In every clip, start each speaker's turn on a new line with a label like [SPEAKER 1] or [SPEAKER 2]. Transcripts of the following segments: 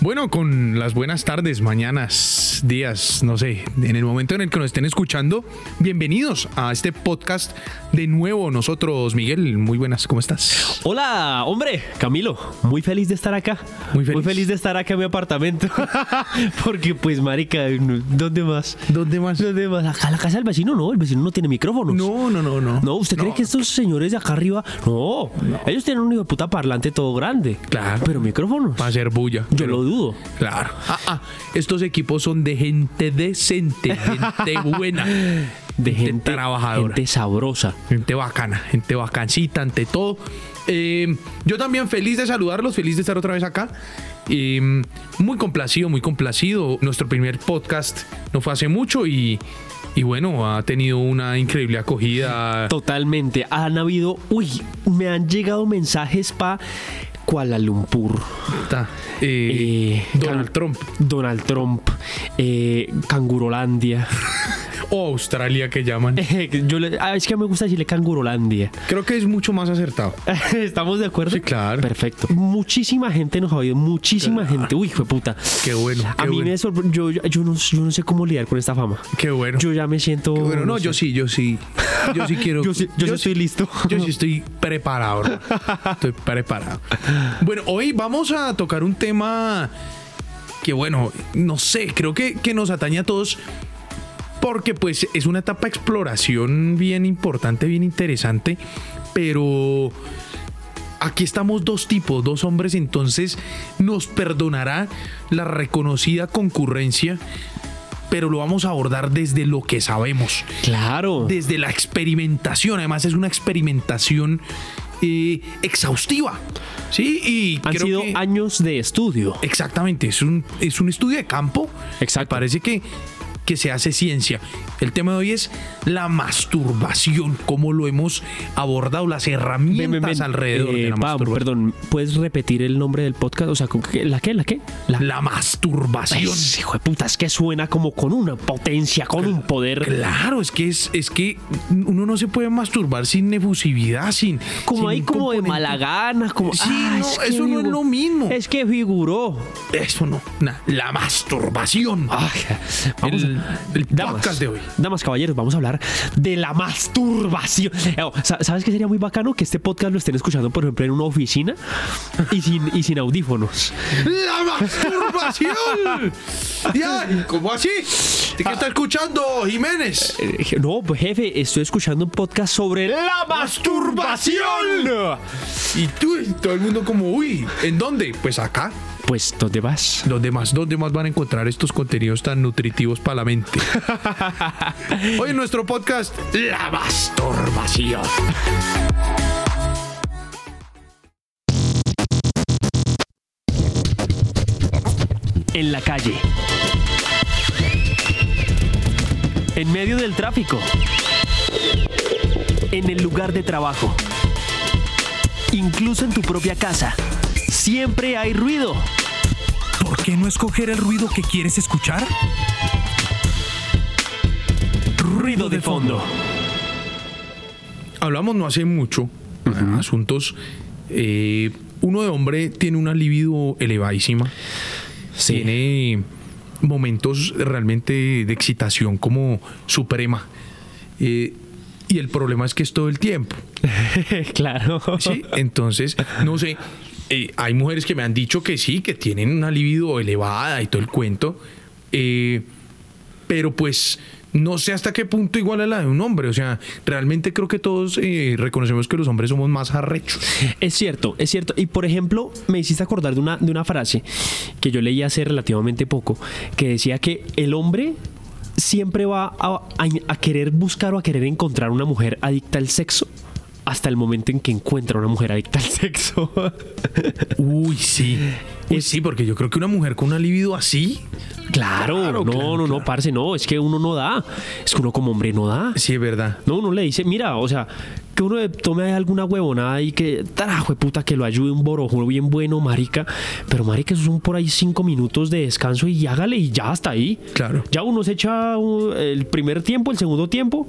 [SPEAKER 1] Bueno, con las buenas tardes, mañanas, días, no sé, en el momento en el que nos estén escuchando, bienvenidos a este podcast de nuevo nosotros. Miguel, muy buenas, ¿cómo estás?
[SPEAKER 2] Hola, hombre, Camilo, muy feliz de estar acá.
[SPEAKER 1] Muy feliz.
[SPEAKER 2] de estar acá en mi apartamento. Porque pues, marica, ¿dónde más?
[SPEAKER 1] ¿Dónde más?
[SPEAKER 2] ¿Dónde más? Acá la casa del vecino no, el vecino no tiene micrófonos.
[SPEAKER 1] No, no, no, no.
[SPEAKER 2] No, ¿usted cree que estos señores de acá arriba? No, ellos tienen un hijo de puta parlante todo grande.
[SPEAKER 1] Claro.
[SPEAKER 2] Pero micrófonos.
[SPEAKER 1] Va a ser bulla.
[SPEAKER 2] Yo lo dudo.
[SPEAKER 1] Claro. Ah, ah, estos equipos son de gente decente, gente buena,
[SPEAKER 2] De gente
[SPEAKER 1] trabajadora,
[SPEAKER 2] Gente
[SPEAKER 1] gente,
[SPEAKER 2] sabrosa.
[SPEAKER 1] bacana, gente bacancita ante todo. Eh, yo también feliz de saludarlos, feliz de estar otra vez acá. Eh, muy complacido, muy complacido. Nuestro primer podcast no fue hace mucho y, y bueno, ha tenido una increíble acogida.
[SPEAKER 2] Totalmente. Han habido, uy, me han llegado mensajes pa Kuala Lumpur.
[SPEAKER 1] Eh,
[SPEAKER 2] Eh,
[SPEAKER 1] Donald
[SPEAKER 2] Can-
[SPEAKER 1] Trump
[SPEAKER 2] Donald Trump, eh, Cangurolandia.
[SPEAKER 1] o Australia que llaman.
[SPEAKER 2] Yo le- ah, es que me gusta decirle Cangurolandia.
[SPEAKER 1] Creo que es mucho más acertado.
[SPEAKER 2] ¿Estamos de acuerdo?
[SPEAKER 1] Sí, claro.
[SPEAKER 2] Perfecto. Muchísima gente nos ha oído, muchísima gente. Uy, fue puta.
[SPEAKER 1] Qué bueno.
[SPEAKER 2] A
[SPEAKER 1] qué
[SPEAKER 2] mí
[SPEAKER 1] bueno.
[SPEAKER 2] me sorprendió. Yo, yo no, yo no sé cómo lidiar con esta fama.
[SPEAKER 1] Qué bueno.
[SPEAKER 2] Yo ya me siento.
[SPEAKER 1] Qué bueno. No,
[SPEAKER 2] sé.
[SPEAKER 1] yo sí, yo sí. Yo sí quiero.
[SPEAKER 2] Yo sí- yo sí estoy listo.
[SPEAKER 1] Yo sí estoy preparado. hermano. Estoy preparado. Bueno, hoy vamos a tocar un tema que, bueno, no sé, creo que, que nos atañe a todos. Porque pues es una etapa de exploración bien importante, bien interesante. Pero aquí estamos dos tipos, dos hombres, entonces nos perdonará la reconocida concurrencia. Pero lo vamos a abordar desde lo que sabemos
[SPEAKER 2] Claro.
[SPEAKER 1] desde la experimentación. Además, es una experimentación eh, exhaustiva. Sí, y
[SPEAKER 2] Han
[SPEAKER 1] creo
[SPEAKER 2] sido
[SPEAKER 1] que-
[SPEAKER 2] años de estudio.
[SPEAKER 1] Exactamente, es un, es un estudio de campo.
[SPEAKER 2] Exacto.
[SPEAKER 1] Me Parece que, que se hace ciencia. El tema de hoy es la masturbación, cómo lo hemos abordado, las herramientas
[SPEAKER 2] Ven, ven, ven.
[SPEAKER 1] alrededor de
[SPEAKER 2] Eh,
[SPEAKER 1] la
[SPEAKER 2] Pablo,
[SPEAKER 1] masturbación.
[SPEAKER 2] perdón, ¿puedes repetir el nombre del podcast? O sea, ¿con qué- ¿la qué? ¿La qué? La,
[SPEAKER 1] La masturbación.
[SPEAKER 2] Pues, hijo de puta, es que suena como con una potencia, con un poder.
[SPEAKER 1] Claro, es que es, es que uno no se puede masturbar sin efusividad, sin sin
[SPEAKER 2] Como ahí,
[SPEAKER 1] un
[SPEAKER 2] como de
[SPEAKER 1] componente-
[SPEAKER 2] mala gana, como.
[SPEAKER 1] Sí,
[SPEAKER 2] Ah,
[SPEAKER 1] no,
[SPEAKER 2] es que
[SPEAKER 1] eso no es
[SPEAKER 2] figu-
[SPEAKER 1] lo mismo.
[SPEAKER 2] Es que figuró.
[SPEAKER 1] Eso no, na- la masturbación.
[SPEAKER 2] Ay, vamos
[SPEAKER 1] El-
[SPEAKER 2] a-
[SPEAKER 1] el podcast de hoy.
[SPEAKER 2] Damas, caballeros, vamos a hablar de la masturbación. Eh, oh, sa- ¿Sabes qué sería muy bacano? Que este podcast lo estén escuchando, por ejemplo, en una oficina y sin, y sin audífonos.
[SPEAKER 1] ¡La masturbación! ya, ¿cómo así? ¿De qué está escuchando Jiménez?
[SPEAKER 2] Eh, No, pues, jefe, estoy escuchando un podcast sobre la masturbación.
[SPEAKER 1] Y tú, y todo el mundo como, uy, ¿en dónde? Pues acá.
[SPEAKER 2] Pues, ¿dónde vas?
[SPEAKER 1] Los demás, ¿dónde más van a encontrar estos contenidos tan nutritivos para la mente? Hoy en nuestro podcast, La Masturbación.
[SPEAKER 2] En la calle. En medio del tráfico. En el lugar de trabajo. Incluso en tu propia casa. Siempre hay ruido.
[SPEAKER 3] ¿Por qué no escoger el ruido que quieres escuchar?
[SPEAKER 2] Ruido de fondo.
[SPEAKER 1] Hablamos no hace mucho asuntos. eh, uno de hombre tiene una libido elevadísima. Tiene momentos realmente de excitación como suprema. Eh, y el problema es que es todo el tiempo.
[SPEAKER 2] claro.
[SPEAKER 1] ¿sí? Entonces, no sé. eh, hay mujeres que me han dicho que sí, que tienen una libido elevada y todo el cuento. eh, pero pues no sé hasta qué punto igual a la de un hombre. O sea, realmente creo que todos eh, reconocemos que los hombres somos más arrechos.
[SPEAKER 2] Es cierto, es cierto. Y por ejemplo, me hiciste acordar de una, de una frase que yo leí hace relativamente poco, que decía que el hombre siempre va a, a- a querer buscar o a querer encontrar una mujer adicta al sexo hasta el momento en que encuentra una mujer adicta al sexo.
[SPEAKER 1] Uy, sí. Uy,
[SPEAKER 2] Es-
[SPEAKER 1] sí, porque yo creo que una mujer con una libido así.
[SPEAKER 2] claro, no,
[SPEAKER 1] claro,
[SPEAKER 2] no, no,
[SPEAKER 1] claro.
[SPEAKER 2] parce, no, es que uno no da. Es que uno como hombre no da.
[SPEAKER 1] Sí, es verdad.
[SPEAKER 2] No, uno le dice, mira, o sea, que uno le tome ahí alguna huevonada y que, tarajo puta, que lo ayude un borojo bien bueno, marica. Pero, marica, eso son por ahí cinco minutos de descanso y hágale y ya hasta ahí.
[SPEAKER 1] Claro.
[SPEAKER 2] Ya uno se echa uh, el primer tiempo, el segundo tiempo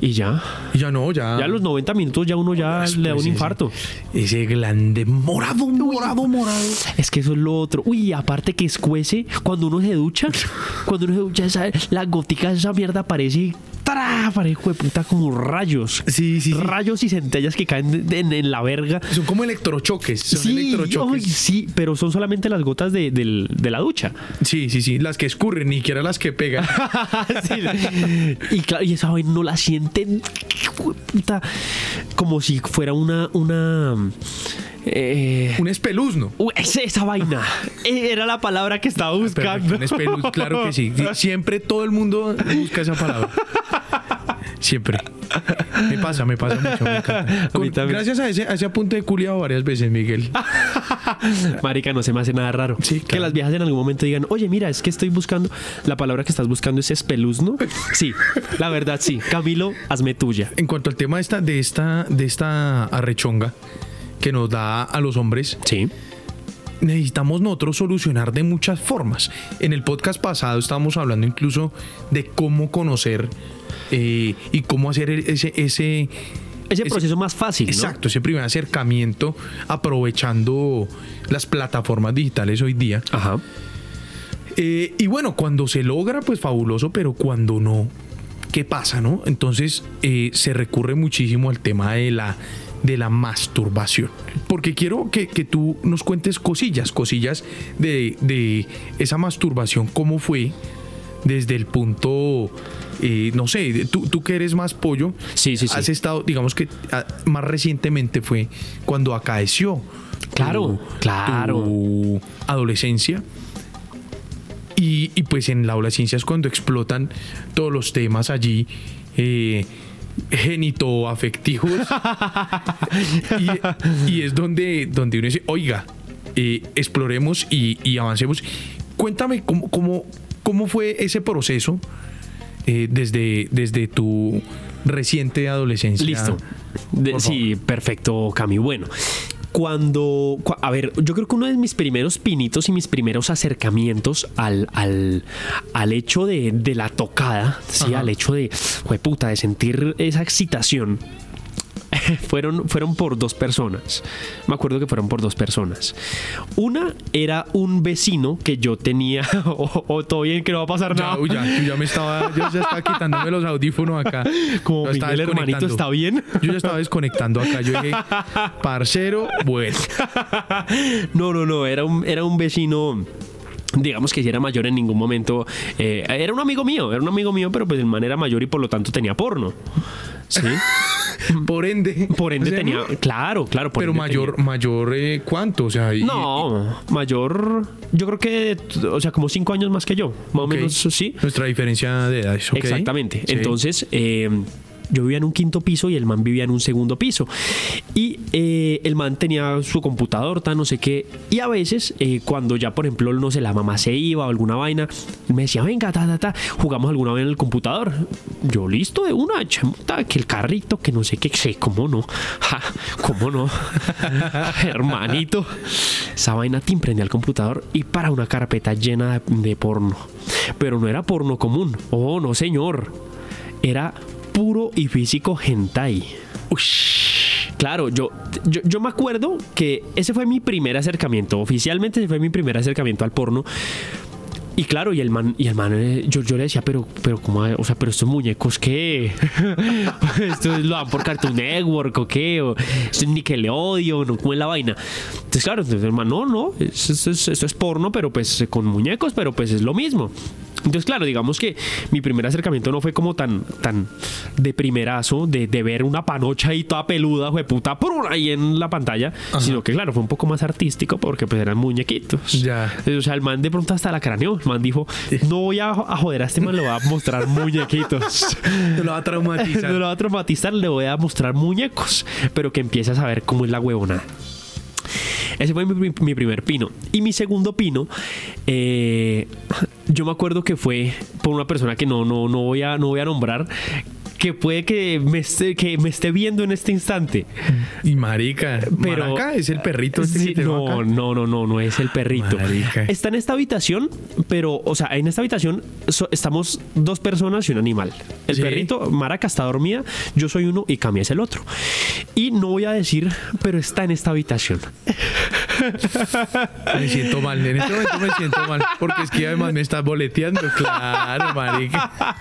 [SPEAKER 2] Y ya.
[SPEAKER 1] Y ya no, ya.
[SPEAKER 2] Ya a los 90 minutos ya uno ya
[SPEAKER 1] Pues,
[SPEAKER 2] le da
[SPEAKER 1] pues, Ah.
[SPEAKER 2] un
[SPEAKER 1] sí,
[SPEAKER 2] infarto.
[SPEAKER 1] sí. Ese glande morado, morado, morado.
[SPEAKER 2] Es que eso es lo otro. Uy, aparte que escuece, cuando uno se ducha, cuando uno se ducha, esa, la gotica de esa mierda aparece y ¡tra! Parece hijo de puta como rayos.
[SPEAKER 1] Sí, sí, sí.
[SPEAKER 2] Rayos y centellas que caen de- en, en la verga.
[SPEAKER 1] Son como electrochoques. Son
[SPEAKER 2] Sí, uy,
[SPEAKER 1] electrochoques.
[SPEAKER 2] sí, pero son solamente las gotas de, del- de la ducha.
[SPEAKER 1] Sí, sí, sí. Las que escurren, ni siquiera las que pegan.
[SPEAKER 2] Sí. Y claro, y esa vaina no la sienten hijo de puta, como si fuera una. una eh,
[SPEAKER 1] un espeluzno.
[SPEAKER 2] uy, es- esa vaina Eh, era la palabra que estaba
[SPEAKER 1] Perfecto,
[SPEAKER 2] buscando.
[SPEAKER 1] un espeluz- claro que sí. Siempre todo el mundo busca esa palabra. Siempre. Me pasa, me pasa mucho. me encanta.
[SPEAKER 2] A mí
[SPEAKER 1] Con-
[SPEAKER 2] también.
[SPEAKER 1] gracias a ese, a ese apunte de culiado varias veces, Miguel.
[SPEAKER 2] Marica, no se me hace nada raro.
[SPEAKER 1] Sí, claro.
[SPEAKER 2] Que las viejas en algún momento digan, oye, mira, es que estoy buscando, la palabra que estás buscando es espeluzno. Sí, la verdad sí. Camilo, hazme tuya.
[SPEAKER 1] En cuanto al tema de esta, de esta, de esta arrechonga que nos da a los hombres,
[SPEAKER 2] Sí.
[SPEAKER 1] necesitamos nosotros solucionar de muchas formas. En el podcast pasado estábamos hablando incluso de cómo conocer eh, y cómo hacer ese, ese
[SPEAKER 2] Ese
[SPEAKER 1] Ese-
[SPEAKER 2] proceso más fácil, ¿no?
[SPEAKER 1] Exacto, ese primer acercamiento aprovechando las plataformas digitales hoy día.
[SPEAKER 2] Ajá.
[SPEAKER 1] Eh, y bueno, cuando se logra, pues fabuloso, pero cuando no, ¿qué pasa, no? Entonces eh, se recurre muchísimo al tema de la, de la masturbación. Porque quiero que, que tú nos cuentes cosillas, cosillas de, de esa masturbación, cómo fue desde el punto, eh, no sé, de- tú, tú que eres más pollo,
[SPEAKER 2] Sí, sí, sí.
[SPEAKER 1] has estado, digamos que ah, más recientemente fue cuando acaeció.
[SPEAKER 2] Claro,
[SPEAKER 1] tu-
[SPEAKER 2] claro.
[SPEAKER 1] tu adolescencia. Y, y, pues en la aula de ciencias cuando explotan todos los temas allí eh, genitoafectivos y, y es donde, donde uno dice, oiga, eh, exploremos y, y avancemos. Cuéntame cómo, cómo, cómo fue ese proceso eh, desde, desde tu reciente adolescencia.
[SPEAKER 2] Listo. De-
[SPEAKER 1] Por
[SPEAKER 2] sí, perfecto, Cami. Bueno, cuando. cua- a ver, yo creo que uno de mis primeros pinitos y mis primeros acercamientos al, al, al hecho de, de la tocada, ¿sí?
[SPEAKER 1] Ajá.
[SPEAKER 2] al hecho de, puta, de sentir esa excitación. Fueron, fueron por dos personas. Me acuerdo que fueron por dos personas. Una era un vecino que yo tenía. o todo bien, que no va a pasar
[SPEAKER 1] Ya,
[SPEAKER 2] nada.
[SPEAKER 1] uy, ya, yo ya me estaba, yo ya estaba quitándome los audífonos acá.
[SPEAKER 2] Como
[SPEAKER 1] Yo estaba
[SPEAKER 2] Miguel, hermanito,
[SPEAKER 1] desconectando.
[SPEAKER 2] ¿está bien?
[SPEAKER 1] Yo ya estaba desconectando acá. Yo dije, parcero, bueno.
[SPEAKER 2] No, no, no, era un, era un vecino. Digamos que si era mayor en ningún momento. eh, era un amigo mío, era un amigo mío, pero pues el man era mayor y por lo tanto tenía porno. Sí.
[SPEAKER 1] Por ende.
[SPEAKER 2] Por ende
[SPEAKER 1] o sea,
[SPEAKER 2] tenía. Claro, claro. por
[SPEAKER 1] Pero
[SPEAKER 2] ende
[SPEAKER 1] mayor, mayor, eh, ¿cuánto? O sea, y-
[SPEAKER 2] tenía- No, mayor. Yo creo que. O sea, como cinco años más que yo. Más
[SPEAKER 1] ok.
[SPEAKER 2] o menos, sí.
[SPEAKER 1] Nuestra diferencia de edad. ok.
[SPEAKER 2] Exactamente.
[SPEAKER 1] Sí.
[SPEAKER 2] Entonces, eh, yo vivía en un quinto piso y el man vivía en un segundo piso. Y eh, el man tenía su computador, tan no sé qué. Y a veces, eh, cuando ya, por ejemplo, no sé, la mamá se iba o alguna vaina, me decía, venga, ta, ta, ta, jugamos alguna vaina en el computador. Yo, listo, de una, chamuta, que el carrito, que no sé qué, sé, cómo no. Ja, cómo no. Hermanito. Esa vaina te prendía el computador y para una carpeta llena de, de porno. Pero no era porno común. Oh, no, señor. Era puro y físico hentai. Claro, yo, yo, yo me acuerdo que ese fue mi primer acercamiento. Oficialmente ese fue mi primer acercamiento al porno. Y claro, y el man, y el man eh, yo, yo le decía, pero, pero, ¿cómo? O sea, pero estos muñecos, ¿qué? ¿Esto lo dan por Cartoon Network o qué? O, este, ¿Esto es Nickelodeon o cómo es la vaina? Entonces, claro, entonces, el man, no, no, esto, esto es, esto es porno, pero pues con muñecos, pero pues es lo mismo. Entonces, claro, digamos que mi primer acercamiento no fue como tan, tan de primerazo, de, de ver una panocha ahí toda peluda, jueputa, por ahí en la pantalla, sino que, claro, fue un poco más artístico porque pues eran muñequitos.
[SPEAKER 1] Ya.
[SPEAKER 2] O sea, el man de pronto hasta la craneó. El man dijo, no voy a, a joder a este man, le voy a mostrar muñequitos.
[SPEAKER 1] Te lo va a traumatizar.
[SPEAKER 2] No lo va a traumatizar, le voy a mostrar muñecos. Pero que empiece a saber cómo es la huevonada. Ese fue mi, mi- mi primer pino. Y mi segundo pino, eh, yo me acuerdo que fue por una persona que no, no, no, voy, a, no voy a nombrar, que puede que me esté, que me esté viendo en este instante.
[SPEAKER 1] Y marica,
[SPEAKER 2] Pero-
[SPEAKER 1] pero acá es el perrito. Este
[SPEAKER 2] Sí,
[SPEAKER 1] que tengo
[SPEAKER 2] no,
[SPEAKER 1] acá.
[SPEAKER 2] no, no, no, no es el perrito.
[SPEAKER 1] Marica.
[SPEAKER 2] Está en esta habitación, pero, o sea, en esta habitación so- estamos dos personas y un animal. El
[SPEAKER 1] Sí.
[SPEAKER 2] perrito, Maraca, está dormida, yo soy uno y Cami es el otro. Y no voy a decir, pero está en esta habitación.
[SPEAKER 1] Me siento mal, en este momento me siento mal. Porque es que además me estás boleteando, claro, marica.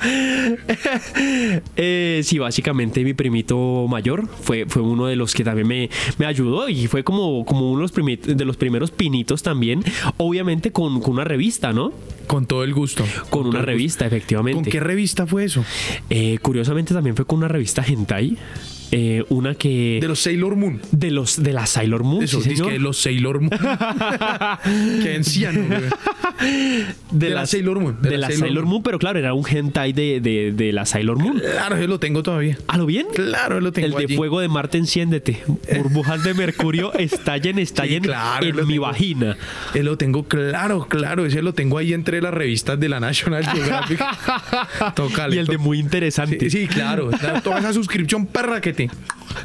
[SPEAKER 2] Eh, sí, básicamente mi primito mayor fue, fue uno de los que también me, me ayudó y fue como, como uno de los, primi- de los primeros pinitos también, obviamente con, con una revista, ¿no?
[SPEAKER 1] Con todo el gusto.
[SPEAKER 2] Con
[SPEAKER 1] todo
[SPEAKER 2] una
[SPEAKER 1] el
[SPEAKER 2] revista,
[SPEAKER 1] gusto. ¿Con
[SPEAKER 2] efectivamente.
[SPEAKER 1] qué revista fue eso?
[SPEAKER 2] Eh, curiosamente también fue con una revista hentai, eh, una que
[SPEAKER 1] De los Sailor Moon.
[SPEAKER 2] de los de la Sailor Moon,
[SPEAKER 1] Eso,
[SPEAKER 2] sí,
[SPEAKER 1] dice
[SPEAKER 2] señor.
[SPEAKER 1] que de los Sailor Moon. Qué anciano, güey. de la Sailor Moon,
[SPEAKER 2] de, la, Sailor, Moon. pero claro, era un hentai de, de, de la Sailor Moon.
[SPEAKER 1] Claro, yo lo tengo todavía.
[SPEAKER 2] ¿A lo bien?
[SPEAKER 1] Claro, yo lo tengo
[SPEAKER 2] El de
[SPEAKER 1] allí.
[SPEAKER 2] fuego de Marte, enciéndete. Burbujas de mercurio estallen, estallen
[SPEAKER 1] claro,
[SPEAKER 2] en
[SPEAKER 1] lo
[SPEAKER 2] mi
[SPEAKER 1] tengo.
[SPEAKER 2] vagina.
[SPEAKER 1] Ese Eh, lo tengo claro, claro. Ese lo tengo ahí entre las revistas de la National Geographic. Tócale.
[SPEAKER 2] y el de muy interesante.
[SPEAKER 1] Sí, sí, claro. Da- Toma esa suscripción perra que te.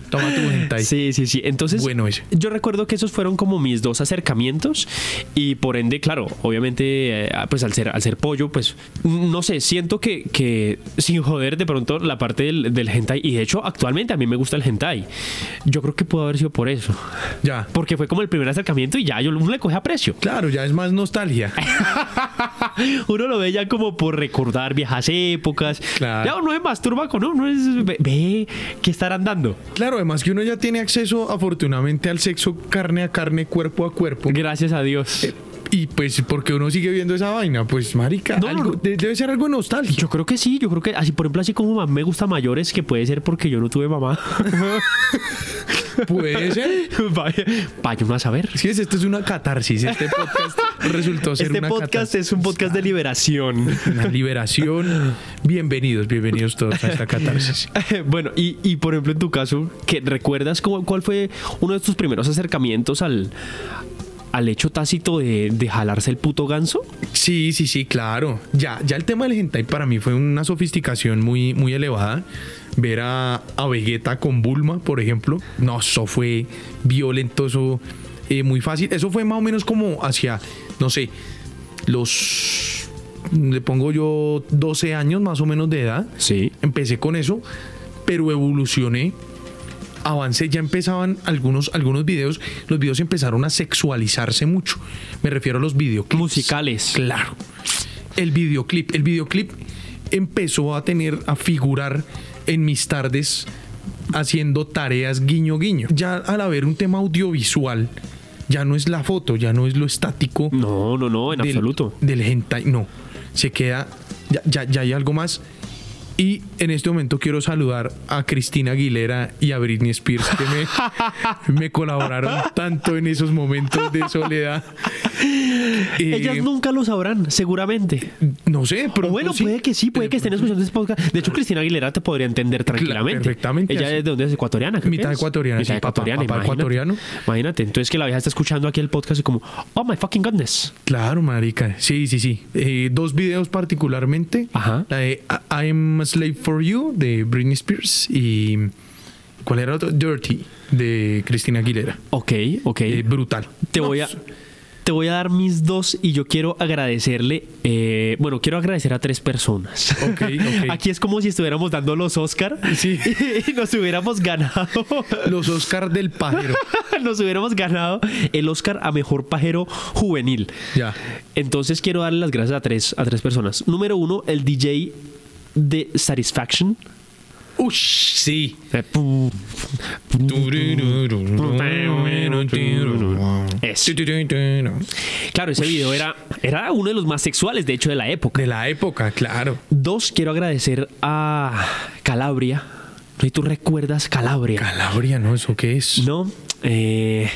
[SPEAKER 1] Toma tu hentai.
[SPEAKER 2] Sí, sí, sí. Entonces,
[SPEAKER 1] Bueno ese.
[SPEAKER 2] yo recuerdo que esos fueron como mis dos acercamientos y por ende, claro, obviamente, eh, pues al ser, al ser pollo, pues no sé, siento que, que sin joder de pronto la parte del, del hentai, y de hecho actualmente a mí me gusta el hentai, yo creo que pudo haber sido por eso,
[SPEAKER 1] Ya.
[SPEAKER 2] porque fue como el primer acercamiento y ya yo le coge aprecio.
[SPEAKER 1] Claro, ya es más nostalgia. Ah.
[SPEAKER 2] Uno lo ve ya como por recordar viejas épocas.
[SPEAKER 1] Claro.
[SPEAKER 2] Ya uno se masturba con uno, es, ve, ve que estarán dando.
[SPEAKER 1] Claro, además que uno ya tiene acceso, afortunadamente, al sexo carne a carne, cuerpo a cuerpo.
[SPEAKER 2] Gracias a Dios.
[SPEAKER 1] Y pues, porque uno sigue viendo esa vaina, pues, marica,
[SPEAKER 2] No,
[SPEAKER 1] algo-
[SPEAKER 2] no.
[SPEAKER 1] de- debe ser algo nostálgico.
[SPEAKER 2] Yo creo que sí, yo creo que así, por ejemplo, así como más me gusta mayores, que puede ser porque yo no tuve mamá.
[SPEAKER 1] Puede ser.
[SPEAKER 2] vaya, vaya uno a saber.
[SPEAKER 1] Sí, es, esto es una catarsis. Este podcast resultó ser
[SPEAKER 2] Este
[SPEAKER 1] una
[SPEAKER 2] podcast
[SPEAKER 1] catarsis.
[SPEAKER 2] es un podcast de liberación.
[SPEAKER 1] Una liberación. Bienvenidos, bienvenidos todos a esta catarsis.
[SPEAKER 2] bueno, y, y por ejemplo, en tu caso, ¿qué recuerdas cómo, cuál fue uno de tus primeros acercamientos al, al hecho tácito de, de jalarse el puto ganso?
[SPEAKER 1] Sí, sí, sí, claro. Ya, ya el tema del hentai para mí fue una sofisticación muy, muy elevada. Ver a, a Vegeta con Bulma, por ejemplo. No, eso fue violento, eso eh, muy fácil. Eso fue más o menos como hacia, no sé, los... Le pongo yo 12 años más o menos de edad.
[SPEAKER 2] Sí.
[SPEAKER 1] Empecé con eso, pero evolucioné. Avancé, ya empezaban algunos, algunos videos. Los videos empezaron a sexualizarse mucho. Me refiero a los videoclips.
[SPEAKER 2] Musicales.
[SPEAKER 1] Claro. El videoclip. El videoclip empezó a tener, a figurar en mis tardes haciendo tareas guiño guiño. Ya al haber un tema audiovisual, ya no es la foto, ya no es lo estático
[SPEAKER 2] No, no, no, en
[SPEAKER 1] del-
[SPEAKER 2] absoluto.
[SPEAKER 1] Del hentai, no. Se queda. Ya, ya, ya hay algo más. Y en este momento quiero saludar a Cristina Aguilera y a Britney Spears que me, me colaboraron tanto en esos momentos de soledad. Eh,
[SPEAKER 2] Ellas nunca lo sabrán, seguramente.
[SPEAKER 1] no sé, pero pues
[SPEAKER 2] O bueno, puede que sí, puede que estén escuchando este podcast. De hecho, Cristina Aguilera te podría entender tranquilamente.
[SPEAKER 1] perfectamente,
[SPEAKER 2] Ella
[SPEAKER 1] así.
[SPEAKER 2] es de dónde es ecuatoriana. creo
[SPEAKER 1] Mitad
[SPEAKER 2] que es.
[SPEAKER 1] ecuatoriana,
[SPEAKER 2] Mitad
[SPEAKER 1] sí, papá-
[SPEAKER 2] ecuatoriana,
[SPEAKER 1] papá
[SPEAKER 2] imagínate.
[SPEAKER 1] ecuatoriano.
[SPEAKER 2] Imagínate, entonces que la vieja está escuchando aquí el podcast y como, oh my fucking goodness.
[SPEAKER 1] Claro, marica. Sí, sí, sí. Eh, dos videos particularmente.
[SPEAKER 2] Ajá.
[SPEAKER 1] La de I- I'm a Slave for You de Britney Spears y ¿cuál era el otro? Dirty de Cristina Aguilera.
[SPEAKER 2] Ok, ok.
[SPEAKER 1] Eh, brutal.
[SPEAKER 2] te
[SPEAKER 1] No,
[SPEAKER 2] voy a. Te voy a dar mis dos y yo quiero agradecerle, eh, bueno, quiero agradecer a tres personas.
[SPEAKER 1] Ok, ok.
[SPEAKER 2] Aquí es como si estuviéramos dando los Oscar
[SPEAKER 1] Sí.
[SPEAKER 2] y nos hubiéramos ganado.
[SPEAKER 1] Los Oscar del pajero.
[SPEAKER 2] nos hubiéramos ganado el Oscar a mejor pajero juvenil.
[SPEAKER 1] Ya.
[SPEAKER 2] Entonces quiero darle las gracias a tres, a tres personas. Número uno, el DJ de Satisfaction.
[SPEAKER 1] Ush, sí.
[SPEAKER 2] Eh, pum, Eso.
[SPEAKER 1] De
[SPEAKER 2] Claro, ese video era, era uno de los más sexuales, de hecho, de la época.
[SPEAKER 1] la época, claro.
[SPEAKER 2] Dos, quiero agradecer a Calabria. No sé si tú recuerdas Calabria.
[SPEAKER 1] Pues, Calabria, ¿no? ¿Eso qué es?
[SPEAKER 2] No, eh,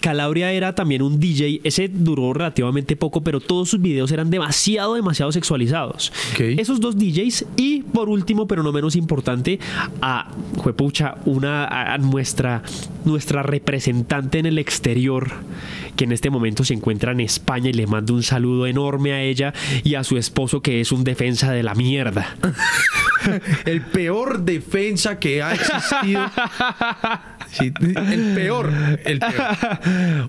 [SPEAKER 2] Calabria era también un DJ, ese duró relativamente poco, pero todos sus videos eran demasiado, demasiado sexualizados.
[SPEAKER 1] Ok.
[SPEAKER 2] Esos dos DJs y por último, pero no menos importante, a juepucha, una a- a nuestra nuestra representante en el exterior que en este momento se encuentra en España y le mando un saludo enorme a ella y a su esposo que es un defensa de la mierda.
[SPEAKER 1] El peor defensa que ha existido. Sí, el peor. El peor.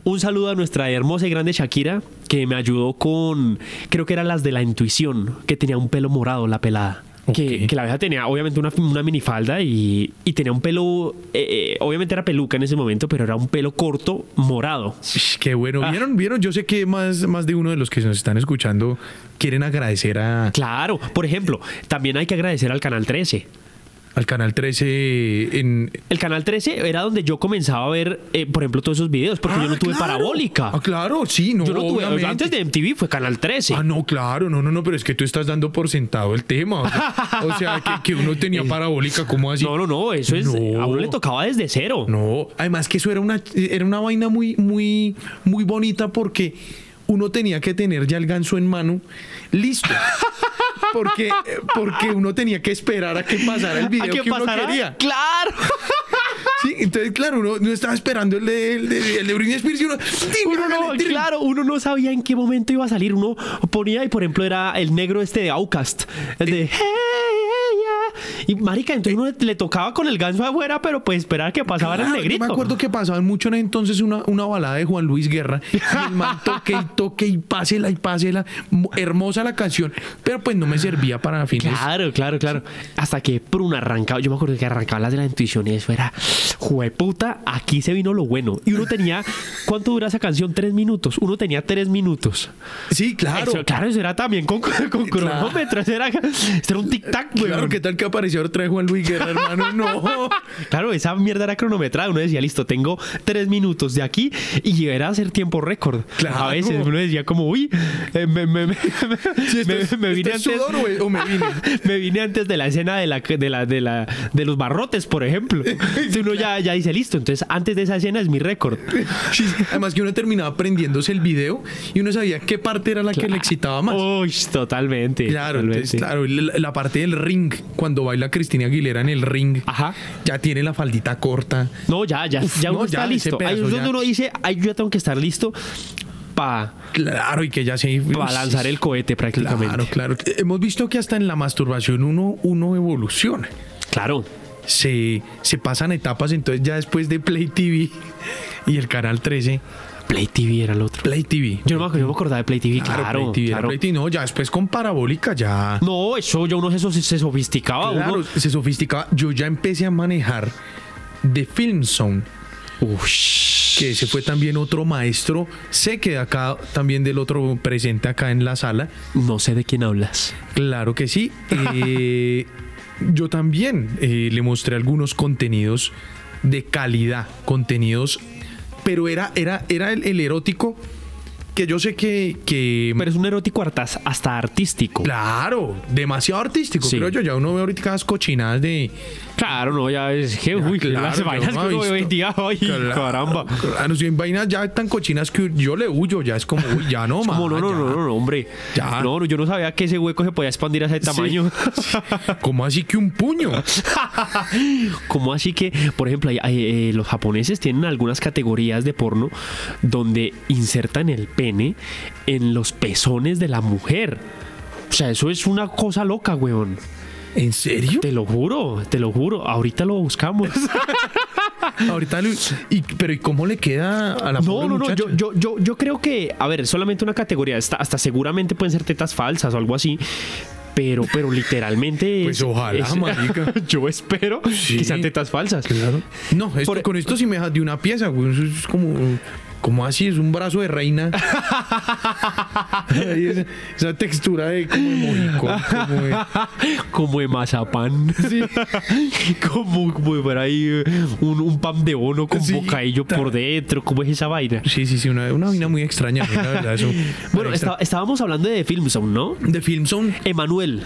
[SPEAKER 2] Un saludo a nuestra hermosa y grande Shakira, que me ayudó con, creo que eran las de la intuición, que tenía un pelo morado, la pelada. Que,
[SPEAKER 1] Ok.
[SPEAKER 2] que la vieja tenía obviamente una, una minifalda y, y tenía un pelo, eh, eh, obviamente era peluca en ese momento, pero era un pelo corto morado.
[SPEAKER 1] Ush, Qué bueno. ¿Vieron? ¿Vieron? Yo sé que más, más de uno de los que nos están escuchando quieren agradecer a,
[SPEAKER 2] Claro, por ejemplo, también hay que agradecer al Canal 13.
[SPEAKER 1] al Canal 13 en...
[SPEAKER 2] El Canal 13 era donde yo comenzaba a ver, eh, por ejemplo, todos esos videos, porque yo no
[SPEAKER 1] Ah,
[SPEAKER 2] tuve
[SPEAKER 1] claro.
[SPEAKER 2] parabólica.
[SPEAKER 1] Ah, claro, sí, no.
[SPEAKER 2] yo no tuve,
[SPEAKER 1] obviamente.
[SPEAKER 2] antes de MTV fue Canal 13.
[SPEAKER 1] Ah, no, claro, no, no, no, pero es que tú estás dando por sentado el tema. O sea, o sea, que, que uno tenía parabólica, ¿cómo así?
[SPEAKER 2] no, no, no, eso es,
[SPEAKER 1] No.
[SPEAKER 2] a uno le tocaba desde cero.
[SPEAKER 1] No, además que eso era una, era una vaina muy, muy, muy bonita porque uno tenía que tener ya el ganso en mano listo. Porque, porque uno tenía que esperar a que pasara el video
[SPEAKER 2] ¿A qué
[SPEAKER 1] que uno
[SPEAKER 2] pasará?
[SPEAKER 1] quería.
[SPEAKER 2] Claro.
[SPEAKER 1] Sí, entonces, claro, uno no estaba esperando el de, el de, el de Britney Spears y uno, "Tírenle,
[SPEAKER 2] Uno no,
[SPEAKER 1] hágale, tírenle".
[SPEAKER 2] claro, uno no sabía en qué momento iba a salir. Uno ponía y por ejemplo era el negro este de Outcast, el de Hey, hey, yeah". Y marica, entonces uno le tocaba con el ganso afuera, pero pues esperar que pasaba era
[SPEAKER 1] Claro,
[SPEAKER 2] el
[SPEAKER 1] Ah, yo
[SPEAKER 2] negrito.
[SPEAKER 1] me acuerdo que pasaban mucho en entonces una, una balada de Juan Luis Guerra. Y el man toque y toque y pásela y pásela. Mu- Hermosa la canción, pero pues no me servía para fines.
[SPEAKER 2] Claro, claro, claro. Hasta que Prun arrancaba. Yo me acuerdo que arrancaba las de la intuición y eso era, jueputa, aquí se vino lo bueno. Y uno tenía, ¿cuánto dura esa canción? Tres minutos. Uno tenía tres minutos.
[SPEAKER 1] Sí, claro.
[SPEAKER 2] Eso, claro, eso era también con, con cronómetro. Eso era, eso era un tic-tac, güey.
[SPEAKER 1] Claro, Pues, ¿qué tal que apareció otra vez Juan Luis Guerra, hermano? No.
[SPEAKER 2] Claro, esa mierda era cronometrada. Uno decía, listo, tengo tres minutos de aquí y era hacer tiempo récord.
[SPEAKER 1] Claro.
[SPEAKER 2] A veces uno decía como, uy, eh, me, me- me-
[SPEAKER 1] Sí, esto
[SPEAKER 2] me-
[SPEAKER 1] es-
[SPEAKER 2] me vine
[SPEAKER 1] esto es
[SPEAKER 2] antes...
[SPEAKER 1] sudor o es- o me vine.
[SPEAKER 2] me vine antes de la escena de la de la de la de los barrotes, por ejemplo. Entonces uno ya, ya dice listo, entonces antes de esa escena es mi récord.
[SPEAKER 1] Sí, sí. Además que uno terminaba aprendiéndose el video y uno sabía qué parte era la que le excitaba más.
[SPEAKER 2] Uy, totalmente.
[SPEAKER 1] Claro,
[SPEAKER 2] totalmente.
[SPEAKER 1] entonces, claro, la, la parte del ring, cuando baila Cristina Aguilera en el ring,
[SPEAKER 2] Ajá.
[SPEAKER 1] ya tiene la faldita corta.
[SPEAKER 2] No, ya, ya,
[SPEAKER 1] Uf,
[SPEAKER 2] ya uno
[SPEAKER 1] no,
[SPEAKER 2] está
[SPEAKER 1] ya, ese
[SPEAKER 2] listo. Ahí es
[SPEAKER 1] pedazo
[SPEAKER 2] donde
[SPEAKER 1] ya.
[SPEAKER 2] uno dice, ay, yo ya tengo que estar listo para
[SPEAKER 1] Claro, y que ya se
[SPEAKER 2] lanzar el cohete prácticamente.
[SPEAKER 1] Claro, claro. Hemos visto que hasta en la masturbación uno, uno evoluciona.
[SPEAKER 2] Claro.
[SPEAKER 1] Se, se pasan etapas, entonces ya después de Play TV y el canal 13,
[SPEAKER 2] Play TV era el otro.
[SPEAKER 1] Play TV.
[SPEAKER 2] Yo no me, acuerdo- yo me acordaba de Play TV, claro.
[SPEAKER 1] Play TV, era
[SPEAKER 2] claro.
[SPEAKER 1] Play TV. No, ya después con parabólica ya.
[SPEAKER 2] No, eso ya uno se, se sofisticaba.
[SPEAKER 1] claro,
[SPEAKER 2] Uno,
[SPEAKER 1] se sofisticaba. Yo ya empecé a manejar de Film Zone,
[SPEAKER 2] Ush.
[SPEAKER 1] que ese fue también otro maestro. Sé que de acá también del otro presente acá en la sala.
[SPEAKER 2] No sé de quién hablas.
[SPEAKER 1] Claro que sí. Eh, yo también eh, le mostré algunos contenidos de calidad, contenidos, pero era, era, era el, el erótico que yo sé que, que
[SPEAKER 2] Pero es un erótico hartas- hasta artístico.
[SPEAKER 1] claro, demasiado artístico,
[SPEAKER 2] Sí.
[SPEAKER 1] creo yo. Ya uno ve ahorita las cochinadas de.
[SPEAKER 2] Claro, no, ya es que,
[SPEAKER 1] Ah,
[SPEAKER 2] uy,
[SPEAKER 1] claro,
[SPEAKER 2] las
[SPEAKER 1] que
[SPEAKER 2] vainas
[SPEAKER 1] uno
[SPEAKER 2] que
[SPEAKER 1] ha
[SPEAKER 2] uno ve hoy
[SPEAKER 1] visto.
[SPEAKER 2] en día, ay,
[SPEAKER 1] Claro,
[SPEAKER 2] caramba.
[SPEAKER 1] Claro, sí, Ah, hay vainas ya tan cochinas que yo le huyo, ya es como, uy, ya no, más.
[SPEAKER 2] Como, no, no, no, no, no, hombre.
[SPEAKER 1] Ya.
[SPEAKER 2] No, no, yo no sabía que ese hueco se podía expandir a ese tamaño.
[SPEAKER 1] ¿Cómo así que un puño?
[SPEAKER 2] Como así que, por ejemplo, hay- hay, eh, los japoneses tienen algunas categorías de porno donde insertan el pene en los pezones de la mujer. O sea, eso es una cosa loca, weón.
[SPEAKER 1] ¿En serio?
[SPEAKER 2] Te lo juro, te lo juro. Ahorita lo buscamos.
[SPEAKER 1] Ahorita, le- y, pero ¿y cómo le queda a la
[SPEAKER 2] No,
[SPEAKER 1] pobre
[SPEAKER 2] no, no,
[SPEAKER 1] muchacha?
[SPEAKER 2] yo, yo, yo, yo creo que, a ver, solamente una categoría, hasta, hasta seguramente pueden ser tetas falsas o algo así, pero, pero literalmente...
[SPEAKER 1] Pues ojalá, marica.
[SPEAKER 2] yo espero
[SPEAKER 1] Sí.
[SPEAKER 2] que sean tetas falsas.
[SPEAKER 1] Claro. No, esto-
[SPEAKER 2] Por- e-
[SPEAKER 1] con esto sí me dejas de una pieza, güey. Eso es como. Como así, es un brazo de reina. Ahí esa, esa textura de como de mojicón, como de-
[SPEAKER 2] Como de mazapán. como, como por ahí eh, un, un pan de bono con
[SPEAKER 1] Sí.
[SPEAKER 2] bocadillo por dentro. ¿Cómo es esa vaina?
[SPEAKER 1] Sí, sí, sí, una, una vaina muy extraña, la verdad, eso.
[SPEAKER 2] Bueno, este-
[SPEAKER 1] Ahí está.
[SPEAKER 2] esta- estábamos hablando de Filmson, ¿no?
[SPEAKER 1] De Filmson,
[SPEAKER 2] Emanuel.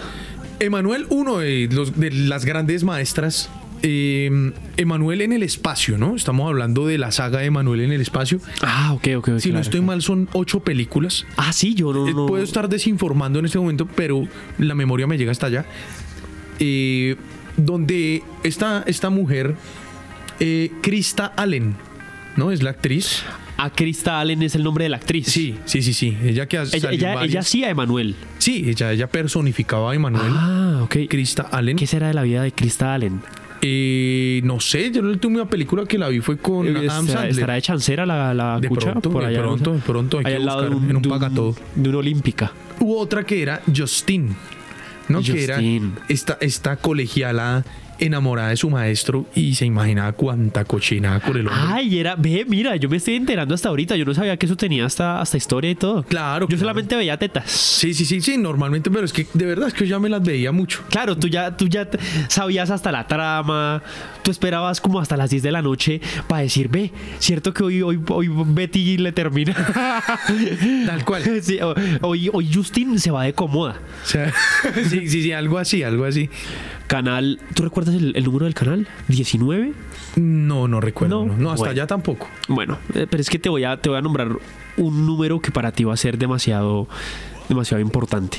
[SPEAKER 1] Emanuel, uno de, los, de las grandes maestras eh, Emanuel en el espacio, ¿no? Estamos hablando de la saga de Emanuel en el espacio.
[SPEAKER 2] Ah, ok, ok.
[SPEAKER 1] Si no
[SPEAKER 2] claro.
[SPEAKER 1] estoy mal, son ocho películas.
[SPEAKER 2] Ah, sí, yo no.
[SPEAKER 1] Eh,
[SPEAKER 2] no-
[SPEAKER 1] Puedo estar desinformando en este momento, pero la memoria me llega hasta allá. Eh, donde está esta mujer, eh, Krista Allen, ¿no? Es la actriz.
[SPEAKER 2] A Krista Allen es el nombre de la actriz.
[SPEAKER 1] Sí, sí, sí, sí. Ella que ha
[SPEAKER 2] Ella,
[SPEAKER 1] salido en
[SPEAKER 2] ella,
[SPEAKER 1] varias- ¿Eh?
[SPEAKER 2] ella sí a Emanuel.
[SPEAKER 1] Sí, ella, ella personificaba a Emanuel.
[SPEAKER 2] Ah, ok.
[SPEAKER 1] Krista Allen.
[SPEAKER 2] ¿Qué será de la vida de Krista Allen?
[SPEAKER 1] Eh, no sé, yo la última película que la vi fue con
[SPEAKER 2] Eh,
[SPEAKER 1] Adam
[SPEAKER 2] ¿Estará,
[SPEAKER 1] Sandler.
[SPEAKER 2] estará de chancera la, la
[SPEAKER 1] De
[SPEAKER 2] cucha?
[SPEAKER 1] pronto, de
[SPEAKER 2] allá, no
[SPEAKER 1] pronto,
[SPEAKER 2] sé.
[SPEAKER 1] de pronto, hay
[SPEAKER 2] Allá
[SPEAKER 1] que
[SPEAKER 2] al lado
[SPEAKER 1] buscar en un pagatodo.
[SPEAKER 2] De una olímpica.
[SPEAKER 1] Hubo otra que era Justin, ¿no? Que era
[SPEAKER 2] Justine.
[SPEAKER 1] esta, esta colegiala enamorada de su maestro y se imaginaba cuánta cochinada con el hombre.
[SPEAKER 2] Ay, era, ve, mira, yo me estoy enterando hasta ahorita. Yo no sabía que eso tenía hasta, hasta historia y todo.
[SPEAKER 1] Claro,
[SPEAKER 2] Yo
[SPEAKER 1] claro.
[SPEAKER 2] solamente veía tetas.
[SPEAKER 1] Sí, sí, sí, sí, normalmente, pero es que de verdad es que yo ya me las veía mucho.
[SPEAKER 2] Claro, tú ya, tú ya te- sabías hasta la trama, tú esperabas como hasta las 10 de la noche para decir, ve, cierto que hoy, hoy, hoy Betty le termina.
[SPEAKER 1] Tal cual.
[SPEAKER 2] Sí, o- hoy, hoy Justin se va de cómoda.
[SPEAKER 1] O sea, sí, sí, sí, algo así, algo así.
[SPEAKER 2] Canal, ¿tú recuerdas el, el número del canal? ¿19?
[SPEAKER 1] No, no recuerdo.
[SPEAKER 2] No.
[SPEAKER 1] No, no, hasta
[SPEAKER 2] Bueno.
[SPEAKER 1] allá tampoco.
[SPEAKER 2] Bueno, eh, pero es que te voy a, te voy a nombrar un número que para ti va a ser demasiado, demasiado importante.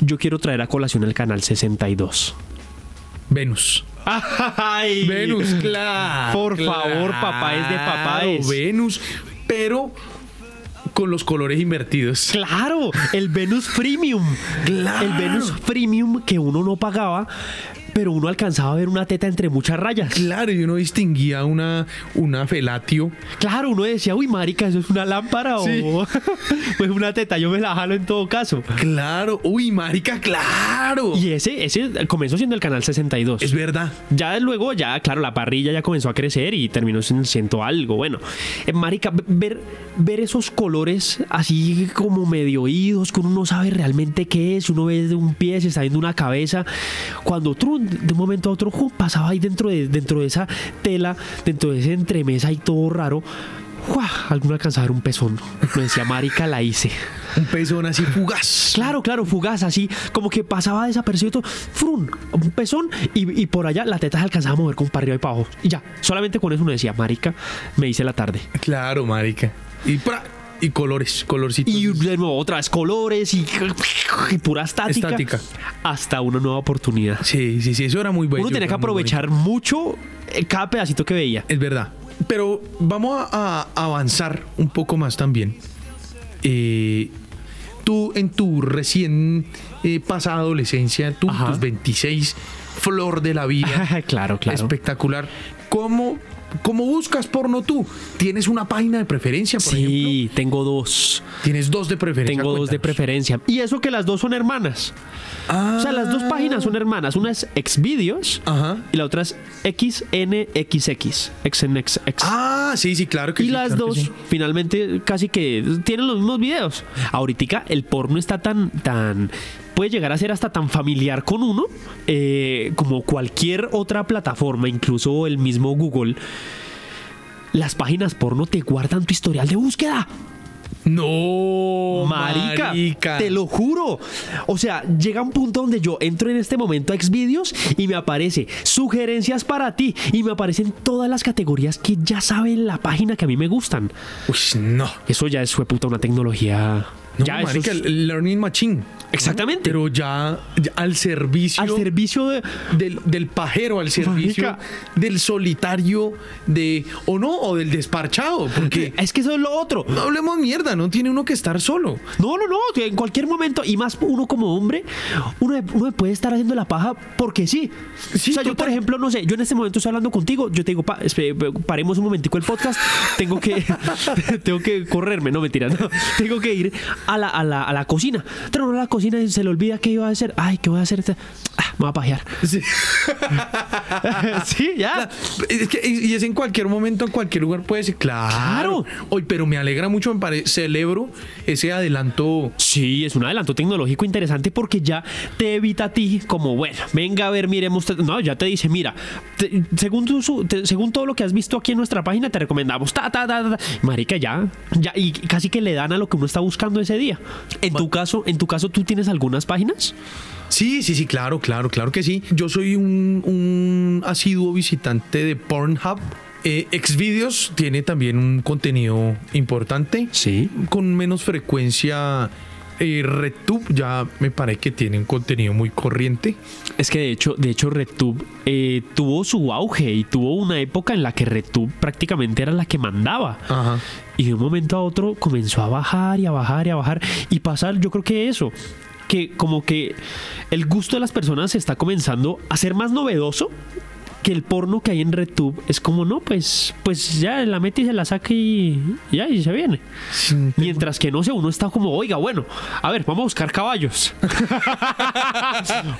[SPEAKER 2] Yo quiero traer a colación el canal 62.
[SPEAKER 1] Venus.
[SPEAKER 2] ¡Ay!
[SPEAKER 1] Venus, claro.
[SPEAKER 2] Por favor, papá es de papá
[SPEAKER 1] claro,
[SPEAKER 2] es.
[SPEAKER 1] Venus, pero con los colores invertidos.
[SPEAKER 2] Claro, el Venus Premium.
[SPEAKER 1] Claro.
[SPEAKER 2] El Venus Premium que uno no pagaba, pero uno alcanzaba a ver una teta entre muchas rayas.
[SPEAKER 1] Claro, y uno distinguía una, una felatio.
[SPEAKER 2] Claro, uno decía, uy, marica, eso es una lámpara
[SPEAKER 1] Sí.
[SPEAKER 2] o pues una teta, yo me la jalo en todo caso.
[SPEAKER 1] Claro, uy, marica, claro.
[SPEAKER 2] Y ese, ese comenzó siendo el canal 62.
[SPEAKER 1] Es verdad.
[SPEAKER 2] Ya luego, ya, claro, la parrilla ya comenzó a crecer y terminó en el ciento algo. Bueno, eh, marica, ve- ver, ver esos colores así como medio oídos, que uno no sabe realmente qué es, uno ve de un pie, se está viendo una cabeza, cuando trun, de un momento a otro ju, pasaba ahí dentro de, dentro de esa tela, dentro de ese entremesa y todo raro. ¡Jua! Alguno alcanzaba a ver un pezón. Me decía, marica, la hice.
[SPEAKER 1] Un pezón así fugaz.
[SPEAKER 2] Claro, claro, fugaz, así como que pasaba desapercibido, frun, un pezón y, y por allá la teta se alcanzaba a mover con para arriba y para abajo. Y ya, solamente con eso uno decía, marica, me hice la tarde.
[SPEAKER 1] Claro, marica. Y, pra- y colores, colorcitos.
[SPEAKER 2] Y de nuevo, otras colores y, y pura estática,
[SPEAKER 1] Estática.
[SPEAKER 2] Hasta una nueva oportunidad.
[SPEAKER 1] Sí, sí, sí, eso era muy bueno.
[SPEAKER 2] uno tenía que aprovechar mucho eh, cada pedacito que veía.
[SPEAKER 1] Es verdad. Pero vamos a, a avanzar un poco más también. Eh, tú en tu recién eh, pasada adolescencia, tú en
[SPEAKER 2] Ajá.
[SPEAKER 1] tus 26, flor de la vida,
[SPEAKER 2] claro, claro.
[SPEAKER 1] espectacular. ¿Cómo, ¿Cómo buscas porno tú? ¿Tienes una página de preferencia, por ejemplo?
[SPEAKER 2] Sí, tengo dos.
[SPEAKER 1] ¿Tienes dos de preferencia?
[SPEAKER 2] Tengo dos de
[SPEAKER 1] Cuéntanos.
[SPEAKER 2] preferencia. Y eso que las dos son hermanas.
[SPEAKER 1] Ah,
[SPEAKER 2] O sea, las dos páginas son hermanas. Una es Xvideos
[SPEAKER 1] Ajá.
[SPEAKER 2] y la otra es XNXX. XNXX.
[SPEAKER 1] Ah, sí, sí, claro que
[SPEAKER 2] y
[SPEAKER 1] sí,
[SPEAKER 2] las
[SPEAKER 1] claro que
[SPEAKER 2] dos
[SPEAKER 1] sí.
[SPEAKER 2] finalmente casi que tienen los mismos videos. Ahorita el porno está tan, tan, puede llegar a ser hasta tan familiar con uno eh, como cualquier otra plataforma, incluso el mismo Google. Las páginas porno te guardan tu historial de búsqueda.
[SPEAKER 1] No,
[SPEAKER 2] Marica, te lo juro. O sea, llega un punto donde yo entro en este momento a Xvideos y me aparece sugerencias para ti y me aparecen todas las categorías que ya saben la página que a mí me gustan.
[SPEAKER 1] Uy, no.
[SPEAKER 2] Eso ya es fue puta una tecnología.
[SPEAKER 1] No,
[SPEAKER 2] ya eso
[SPEAKER 1] marica,
[SPEAKER 2] es-
[SPEAKER 1] el Learning Machine.
[SPEAKER 2] Exactamente.
[SPEAKER 1] Pero ya, ya al servicio,
[SPEAKER 2] al servicio de
[SPEAKER 1] del, del pajero, al servicio
[SPEAKER 2] Marica.
[SPEAKER 1] del solitario, de o no, o del desparchado. Porque
[SPEAKER 2] es que eso es lo otro.
[SPEAKER 1] no hablemos mierda, no tiene uno que estar solo.
[SPEAKER 2] No, no, no, que en cualquier momento, y más uno como hombre, uno, uno puede estar haciendo la paja porque sí.
[SPEAKER 1] Sí,
[SPEAKER 2] o sea, yo,
[SPEAKER 1] total.
[SPEAKER 2] por ejemplo, no sé, yo en este momento estoy hablando contigo, yo te digo, pa- espe- paremos un momentico el podcast, tengo que, tengo que correrme, no mentira, no, tengo que ir a la, a la, a la cocina. Pero uno a la cocina y se le olvida qué iba a hacer, ay, ¿qué voy a hacer? Ah, me voy a pajear.
[SPEAKER 1] Sí.
[SPEAKER 2] sí, ya.
[SPEAKER 1] Es que- y es en cualquier momento, en cualquier lugar puede ser. Claro.
[SPEAKER 2] Claro.
[SPEAKER 1] Hoy, pero me alegra mucho, me pare- celebro ese adelanto.
[SPEAKER 2] Sí, es un adelanto tecnológico interesante porque ya te evita a ti como, bueno, venga a ver, miremos, te- no, ya te dice, mira, te- según, tu su- te- según todo lo que has visto aquí en nuestra página, te recomendamos, ta, ta, ta, ta, ta. Marica, ya, ya, y casi que le dan a lo que uno está buscando ese día. En tu caso, en tu caso, ¿tú tienes algunas páginas?
[SPEAKER 1] Sí, sí, sí, claro, claro, claro que sí. Yo soy un, un asiduo visitante de Pornhub. Eh, Xvideos tiene también un contenido importante.
[SPEAKER 2] Sí.
[SPEAKER 1] Con menos frecuencia. Eh, RedTube ya me parece que tiene un contenido muy corriente.
[SPEAKER 2] Es que de hecho, de hecho RedTube eh, tuvo su auge y tuvo una época en la que RedTube prácticamente era la que mandaba.
[SPEAKER 1] Ajá.
[SPEAKER 2] Y de un momento a otro comenzó a bajar y a bajar y a bajar. Y pasar, yo creo que eso, que como que el gusto de las personas se está comenzando a ser más novedoso que el porno que hay en RedTube es como no, pues, pues ya la mete y se la saca y y ya y se viene. Mientras que no sé, uno está como, oiga, bueno, a ver, vamos a buscar caballos.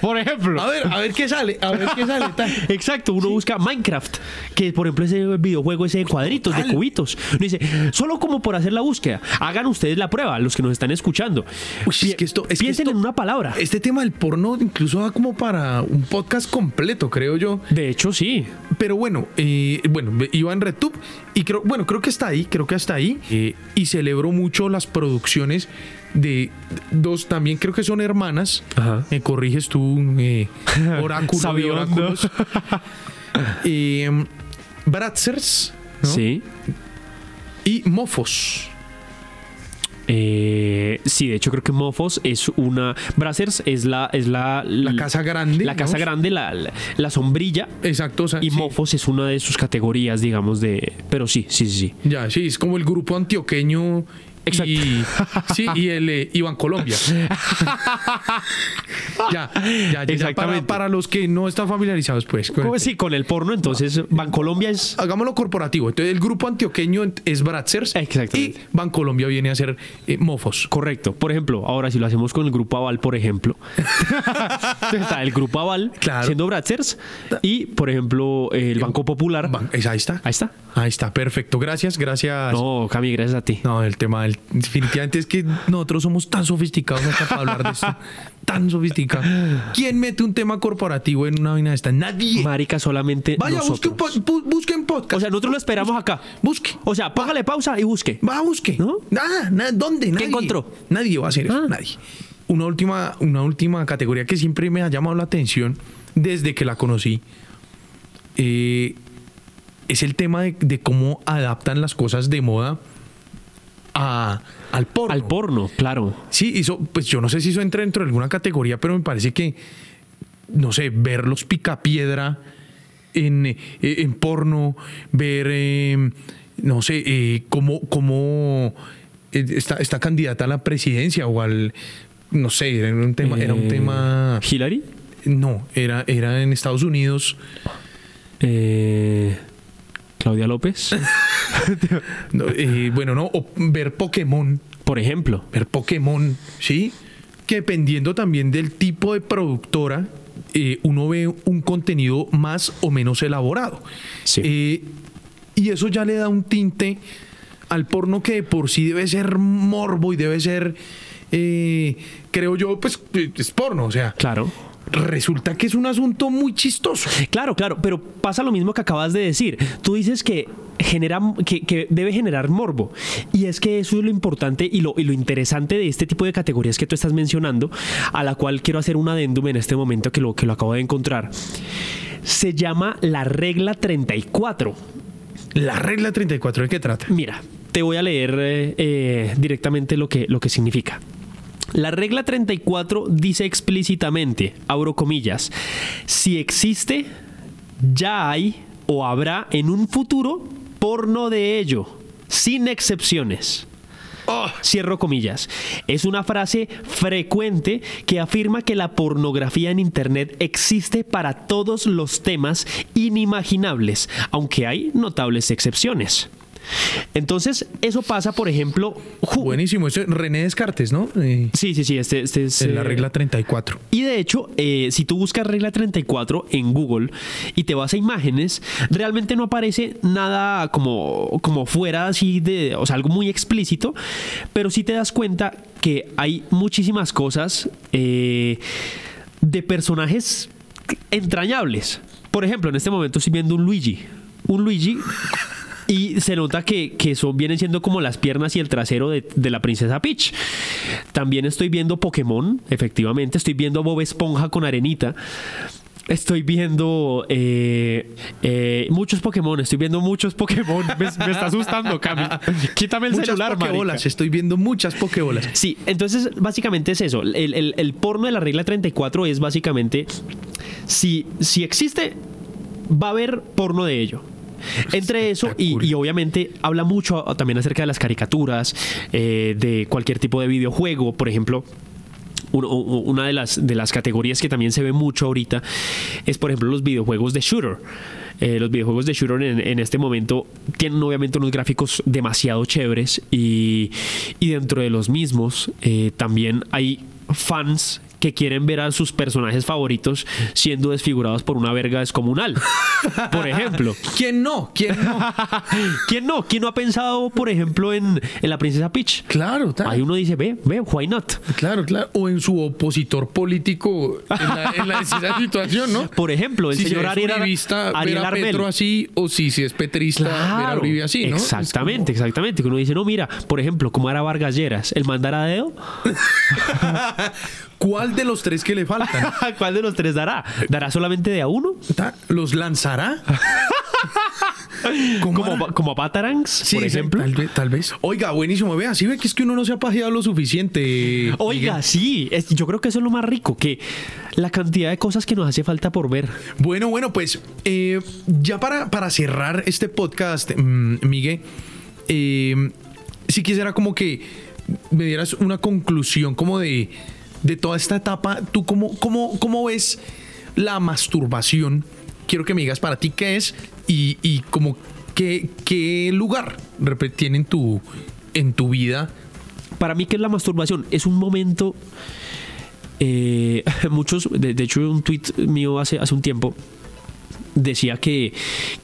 [SPEAKER 2] por ejemplo.
[SPEAKER 1] A ver, a ver qué sale, a ver qué sale. tal.
[SPEAKER 2] Exacto, uno busca Minecraft, que por ejemplo ese videojuego ese de cuadritos, de cubitos. Uno dice, solo como por hacer la búsqueda, hagan ustedes la prueba, los que nos están escuchando.
[SPEAKER 1] Uy, es
[SPEAKER 2] Pi-
[SPEAKER 1] que esto- es que
[SPEAKER 2] piensen
[SPEAKER 1] esto-
[SPEAKER 2] en una palabra.
[SPEAKER 1] Este tema del porno incluso da como para un podcast completo, creo yo.
[SPEAKER 2] De hecho, sí.
[SPEAKER 1] Pero bueno, eh, bueno, ve- iba en RedTube y creo, bueno, creo que está ahí, creo que hasta ahí. eh, y celebro mucho las producciones de dos, también creo que son hermanas.
[SPEAKER 2] Ajá.
[SPEAKER 1] Me corriges tú, eh, oráculo de
[SPEAKER 2] Sabiondo.
[SPEAKER 1] oráculos. Eh, Bratzers ¿no?
[SPEAKER 2] Sí.
[SPEAKER 1] y Mofos.
[SPEAKER 2] Eh, sí, de hecho creo que Mofos es una... Brazzers es la... Es la,
[SPEAKER 1] La casa grande.
[SPEAKER 2] La casa
[SPEAKER 1] digamos.
[SPEAKER 2] grande, la, la, la sombrilla.
[SPEAKER 1] Exacto, o sea,
[SPEAKER 2] Y
[SPEAKER 1] sí.
[SPEAKER 2] Mofos es una de sus categorías, digamos, de... Pero sí, sí, sí. sí.
[SPEAKER 1] Ya, sí, es como el grupo antioqueño.
[SPEAKER 2] Exacto.
[SPEAKER 1] Y, sí, y el eh, Iván Colombia. ya, ya, ya, ya. Para,
[SPEAKER 2] Exactamente.
[SPEAKER 1] para los que no están familiarizados, pues. con-
[SPEAKER 2] ¿Cómo es? Sí, con el porno, entonces Bancolombia es...
[SPEAKER 1] Hagámoslo corporativo. Entonces, el grupo antioqueño ent- es Bratzers.
[SPEAKER 2] Exactamente.
[SPEAKER 1] Y Bancolombia viene a ser eh, mofos.
[SPEAKER 2] Correcto. Por ejemplo, ahora si lo hacemos con el grupo Aval, por ejemplo. Entonces está el grupo Aval
[SPEAKER 1] Claro.
[SPEAKER 2] siendo Brazzers y, por ejemplo, el Banco Popular.
[SPEAKER 1] Ban- eh. es- ahí está.
[SPEAKER 2] Ahí está.
[SPEAKER 1] Ahí está, perfecto. Gracias, gracias.
[SPEAKER 2] No, Cami, gracias a ti.
[SPEAKER 1] No, el tema del- definitivamente es que nosotros somos tan sofisticados hasta para hablar de esto. Tan sofisticados. ¿Quién mete un tema corporativo en una vaina de esta? Nadie.
[SPEAKER 2] Marica, solamente
[SPEAKER 1] Vaya, busque
[SPEAKER 2] nosotros.
[SPEAKER 1] un pod- bu- busquen podcast.
[SPEAKER 2] O sea, nosotros lo esperamos acá.
[SPEAKER 1] Busque.
[SPEAKER 2] O sea, págale pausa y busque.
[SPEAKER 1] Va, busque.
[SPEAKER 2] ¿No?
[SPEAKER 1] Ah, na- ¿Dónde? Nadie.
[SPEAKER 2] encontró?
[SPEAKER 1] Nadie va a hacer eso.
[SPEAKER 2] Ah.
[SPEAKER 1] Nadie. Una última, una última categoría que siempre me ha llamado la atención desde que la conocí eh, es el tema de, de cómo adaptan las cosas de moda a, al porno.
[SPEAKER 2] Al porno, claro.
[SPEAKER 1] Sí, hizo, pues yo no sé si eso entra dentro de alguna categoría, pero me parece que, no sé, ver los picapiedra en, eh, en porno, ver, eh, no sé, eh, cómo, cómo eh, está, está candidata a la presidencia o al, no sé, era un tema, era un
[SPEAKER 2] Eh,
[SPEAKER 1] tema,
[SPEAKER 2] Hillary.
[SPEAKER 1] no, era, era en Estados Unidos,
[SPEAKER 2] Eh, Claudia López.
[SPEAKER 1] no, eh, bueno, no, o ver Pokémon.
[SPEAKER 2] por ejemplo.
[SPEAKER 1] ver Pokémon, ¿sí? Que dependiendo también del tipo de productora, eh, uno ve un contenido más o menos elaborado.
[SPEAKER 2] Sí.
[SPEAKER 1] Eh, y eso ya le da un tinte al porno que de por sí debe ser morbo y debe ser, eh, creo yo, pues eh, es porno, o sea.
[SPEAKER 2] Claro.
[SPEAKER 1] Resulta que es un asunto muy chistoso.
[SPEAKER 2] Claro, claro, pero pasa lo mismo que acabas de decir. Tú dices que genera que, que debe generar morbo y es que eso es lo importante y lo, y lo interesante de este tipo de categorías que tú estás mencionando a la cual quiero hacer un adendum en este momento que lo, que lo acabo de encontrar se llama la regla 34
[SPEAKER 1] La regla 34, ¿de qué trata?
[SPEAKER 2] Mira, te voy a leer eh, eh, directamente lo que, lo que significa. La regla 34 dice explícitamente, abro comillas, si existe, ya hay o habrá en un futuro porno de ello, sin excepciones.
[SPEAKER 1] Oh,
[SPEAKER 2] Cierro comillas. Es una frase frecuente que afirma que la pornografía en Internet existe para todos los temas inimaginables, aunque hay notables excepciones. Entonces, eso pasa, por ejemplo, ju-
[SPEAKER 1] buenísimo, eso es René Descartes, ¿no? Eh,
[SPEAKER 2] Sí, sí, sí, este, este es...
[SPEAKER 1] en la
[SPEAKER 2] eh,
[SPEAKER 1] regla 34.
[SPEAKER 2] y de hecho, eh, si tú buscas regla 34 en Google y te vas a imágenes, realmente no aparece nada como, como fuera así de, o sea, algo muy explícito, pero sí te das cuenta que hay muchísimas cosas eh, de personajes entrañables. Por ejemplo, en este momento estoy viendo un Luigi. Un Luigi Y se nota que, que son, vienen siendo como las piernas y el trasero de, de la princesa Peach. También estoy viendo Pokémon, efectivamente. Estoy viendo a Bob Esponja con arenita. Estoy viendo eh, eh, muchos Pokémon, estoy viendo muchos Pokémon. Me, me está asustando, Cami. Quítame el
[SPEAKER 1] muchas
[SPEAKER 2] celular,
[SPEAKER 1] pokebolas,
[SPEAKER 2] marica.
[SPEAKER 1] estoy viendo muchas pokebolas.
[SPEAKER 2] Sí, entonces básicamente es eso. El, el- el porno de la regla 34 es básicamente si, si existe, va a haber porno de ello. Entre eso y, y obviamente habla mucho ah, también acerca de las caricaturas, eh, de cualquier tipo de videojuego, por ejemplo. uno- u- Una de las, de las categorías que también se ve mucho ahorita es, por ejemplo, los videojuegos de shooter. Eh, los videojuegos de shooter en, en este momento tienen obviamente unos gráficos demasiado chéveres y, y dentro de los mismos eh, también hay fans que quieren ver a sus personajes favoritos siendo desfigurados por una verga descomunal. Por ejemplo.
[SPEAKER 1] ¿Quién no? ¿Quién no?
[SPEAKER 2] ¿Quién no? ¿Quién no ha pensado, por ejemplo, en, en la princesa Peach?
[SPEAKER 1] Claro, tal.
[SPEAKER 2] Ahí uno dice, ve, ve, why not?
[SPEAKER 1] Claro, claro. O en su opositor político en la, en la- esa situación, ¿no?
[SPEAKER 2] Por ejemplo, el
[SPEAKER 1] si
[SPEAKER 2] señor
[SPEAKER 1] es
[SPEAKER 2] Ariel,
[SPEAKER 1] uribista,
[SPEAKER 2] Ariel
[SPEAKER 1] ver a
[SPEAKER 2] Arbel.
[SPEAKER 1] Petro así, o si, si es petrista, ver a
[SPEAKER 2] Claro,
[SPEAKER 1] Uribe así, ¿no? Es
[SPEAKER 2] Exactamente, exactamente. Que uno dice, no, mira, por ejemplo, como era Vargas Lleras, el mandará dedo,
[SPEAKER 1] como, ¿Cuál de los tres que le faltan?
[SPEAKER 2] ¿cuál de los tres dará? ¿Dará solamente de a uno?
[SPEAKER 1] ¿Ta? ¿Los lanzará? ¿Cómo hará?
[SPEAKER 2] Como, a- como a Batarangs,
[SPEAKER 1] Sí,
[SPEAKER 2] por
[SPEAKER 1] sí,
[SPEAKER 2] ejemplo.
[SPEAKER 1] Tal vez, tal vez. Oiga, buenísimo. Vea, sí ve que es que uno no se ha pajeado lo suficiente.
[SPEAKER 2] Oiga,
[SPEAKER 1] Miguel.
[SPEAKER 2] sí, es- yo creo que eso es lo más rico, que la cantidad de cosas que nos hace falta por ver.
[SPEAKER 1] Bueno, bueno, pues eh, ya para, para cerrar este podcast, mm, Miguel, eh, sí quisiera como que me dieras una conclusión como de, de toda esta etapa. ¿Tú cómo, cómo, cómo ves la masturbación? Quiero que me digas para ti qué es y, y como qué, qué lugar repet- tiene en tu, en tu vida.
[SPEAKER 2] Para mí, ¿qué es la masturbación? Es un momento... eh, muchos, de, de hecho, un tweet mío hace, hace un tiempo decía que,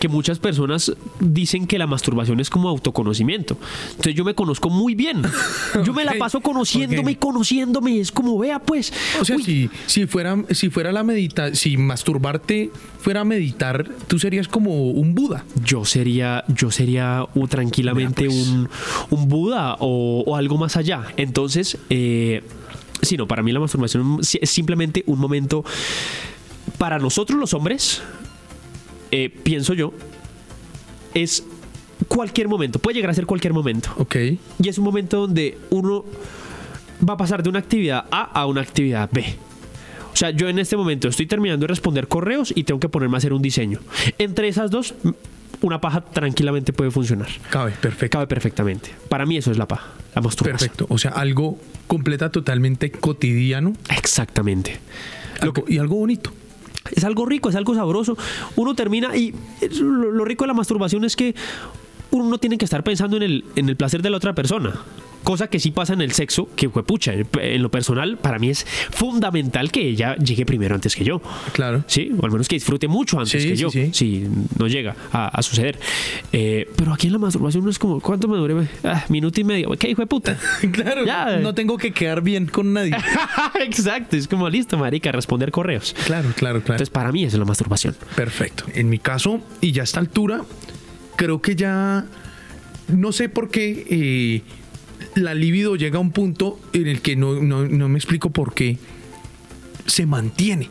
[SPEAKER 2] que muchas personas dicen que la masturbación es como autoconocimiento. Entonces yo me conozco muy bien. Yo me la
[SPEAKER 1] Ok,
[SPEAKER 2] paso conociéndome y
[SPEAKER 1] ok.
[SPEAKER 2] conociéndome. y Es como, vea pues.
[SPEAKER 1] O sea,
[SPEAKER 2] uy,
[SPEAKER 1] si, si, fuera, si fuera la medita, si masturbarte fuera a meditar, tú serías como un Buda.
[SPEAKER 2] yo sería, yo sería uh, tranquilamente un, un Buda o, o algo más allá. Entonces, eh, sí, no, para mí la masturbación si- es simplemente un momento para nosotros los hombres, eh, pienso yo, es cualquier momento, puede llegar a ser cualquier momento.
[SPEAKER 1] Ok.
[SPEAKER 2] Y es un momento donde uno va a pasar de una actividad A a una actividad B. O sea, yo en este momento estoy terminando de responder correos y tengo que ponerme a hacer un diseño. Entre esas dos, m- una paja tranquilamente puede funcionar.
[SPEAKER 1] Cabe, perfecto.
[SPEAKER 2] Cabe perfectamente. Para mí eso es la paja, la masturbación.
[SPEAKER 1] Perfecto. O sea, algo completa, totalmente cotidiano
[SPEAKER 2] Exactamente.
[SPEAKER 1] algo- y algo bonito.
[SPEAKER 2] Es algo rico, es algo sabroso. Uno termina y es- lo lo rico de la masturbación es que uno no tiene que estar pensando en el, en el placer de la otra persona. Cosa que sí pasa en el sexo, que huepucha, en- en lo personal para mí es fundamental que ella llegue primero antes que yo.
[SPEAKER 1] Claro.
[SPEAKER 2] Sí, o al menos que disfrute mucho antes
[SPEAKER 1] Sí,
[SPEAKER 2] que
[SPEAKER 1] sí,
[SPEAKER 2] yo,
[SPEAKER 1] sí.
[SPEAKER 2] si no llega a, a suceder. Eh, pero aquí en la masturbación no es como, ¿cuánto me dure? Ah, minuto y medio. ¿Qué hijo de puta?
[SPEAKER 1] Claro.
[SPEAKER 2] Ya.
[SPEAKER 1] No tengo que quedar bien con nadie.
[SPEAKER 2] Exacto, es como listo, marica, responder correos.
[SPEAKER 1] claro, claro, claro.
[SPEAKER 2] Entonces para mí eso es la masturbación.
[SPEAKER 1] Perfecto. En mi caso, y ya a esta altura, creo que ya. No sé por qué eh, la libido llega a un punto en el que no, no- no me explico por qué se mantiene.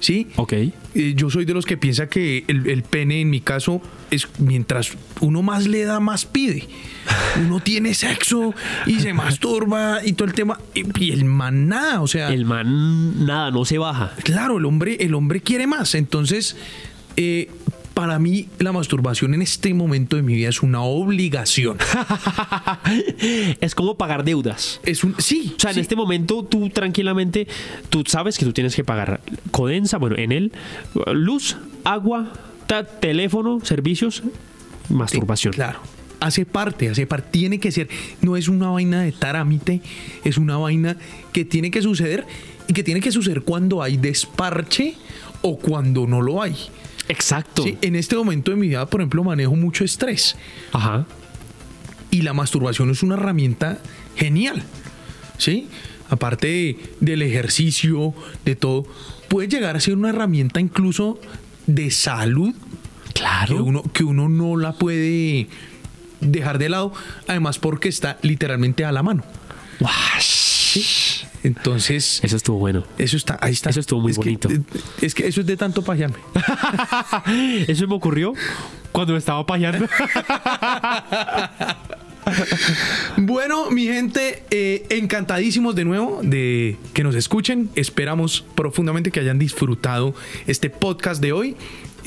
[SPEAKER 1] ¿Sí?
[SPEAKER 2] Ok.
[SPEAKER 1] Eh, yo soy de los que piensa que el, el pene, en mi caso, es mientras uno más le da, más pide. Uno tiene sexo y se masturba y todo el tema. Y, y el man nada, o sea.
[SPEAKER 2] El man nada, no se baja.
[SPEAKER 1] Claro, el hombre, el hombre quiere más. Entonces, eh, para mí, la masturbación en este momento de mi vida es una obligación.
[SPEAKER 2] es como pagar deudas.
[SPEAKER 1] Es un. Sí.
[SPEAKER 2] O sea,
[SPEAKER 1] sí.
[SPEAKER 2] en este momento tú tranquilamente, tú sabes que tú tienes que pagar codensa, bueno, en él, luz, agua, ta- teléfono, servicios, masturbación.
[SPEAKER 1] Claro. Hace parte, hace parte, tiene que ser. No es una vaina de trámite, es una vaina que tiene que suceder y que tiene que suceder cuando hay desparche o cuando no lo hay.
[SPEAKER 2] Exacto.
[SPEAKER 1] Sí, En este momento de mi vida, por ejemplo, manejo mucho estrés
[SPEAKER 2] Ajá.
[SPEAKER 1] y la masturbación es una herramienta genial. ¿Sí? Aparte de- del ejercicio, de todo, puede llegar a ser una herramienta incluso de salud que
[SPEAKER 2] Claro.
[SPEAKER 1] uno, que uno no la puede dejar de lado, además porque está literalmente a la mano.
[SPEAKER 2] Guash.
[SPEAKER 1] Entonces,
[SPEAKER 2] Eso estuvo bueno.
[SPEAKER 1] eso está, ahí está.
[SPEAKER 2] Eso estuvo muy
[SPEAKER 1] Es que- eh,
[SPEAKER 2] bonito.
[SPEAKER 1] es que eso es de tanto pajearme.
[SPEAKER 2] Eso me ocurrió cuando me estaba pajeando.
[SPEAKER 1] Bueno, mi gente, eh, encantadísimos de nuevo de que nos escuchen. Esperamos profundamente que hayan disfrutado este podcast de hoy.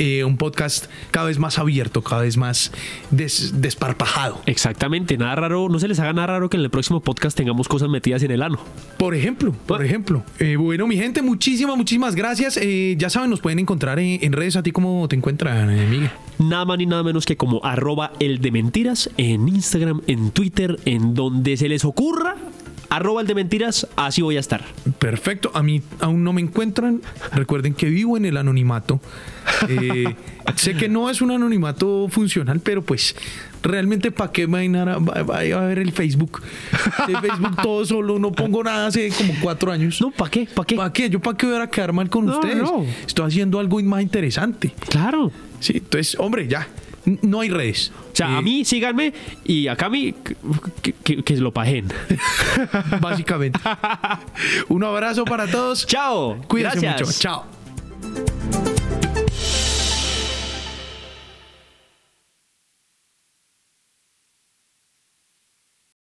[SPEAKER 1] Eh, un podcast cada vez más abierto, cada vez más des- desparpajado.
[SPEAKER 2] Exactamente, nada raro, no se les haga nada raro que en el próximo podcast tengamos cosas metidas en el ano.
[SPEAKER 1] Por ejemplo,
[SPEAKER 2] Ah.
[SPEAKER 1] por ejemplo. Eh, bueno, mi gente, muchísimas, muchísimas gracias. Eh, ya saben, nos pueden encontrar en, en redes. ¿A ti cómo te encuentran, eh, Miguel?
[SPEAKER 2] Nada más ni nada menos que como arroba el de mentiras en Instagram, en Twitter, en donde se les ocurra, arroba el de mentiras, así voy a estar.
[SPEAKER 1] Perfecto, a mí aún no me encuentran. Recuerden que vivo en el anonimato. Eh, sé que no es un anonimato funcional, pero pues realmente para qué imaginar a, va- va- va a ver el Facebook. El Facebook todo solo, no pongo nada hace como cuatro años.
[SPEAKER 2] No, ¿para qué? ¿Para qué?
[SPEAKER 1] ¿Para qué? Yo para qué voy a quedar mal con
[SPEAKER 2] No,
[SPEAKER 1] ustedes.
[SPEAKER 2] no.
[SPEAKER 1] Estoy haciendo algo más interesante.
[SPEAKER 2] Claro.
[SPEAKER 1] Sí, entonces, hombre, ya. N- No hay redes.
[SPEAKER 2] O sea, a
[SPEAKER 1] Eh,
[SPEAKER 2] mí síganme y a Cami que, que- que lo pajen.
[SPEAKER 1] Básicamente. un abrazo para todos.
[SPEAKER 2] Chao.
[SPEAKER 1] Cuídense
[SPEAKER 2] Gracias.
[SPEAKER 1] mucho. Chao.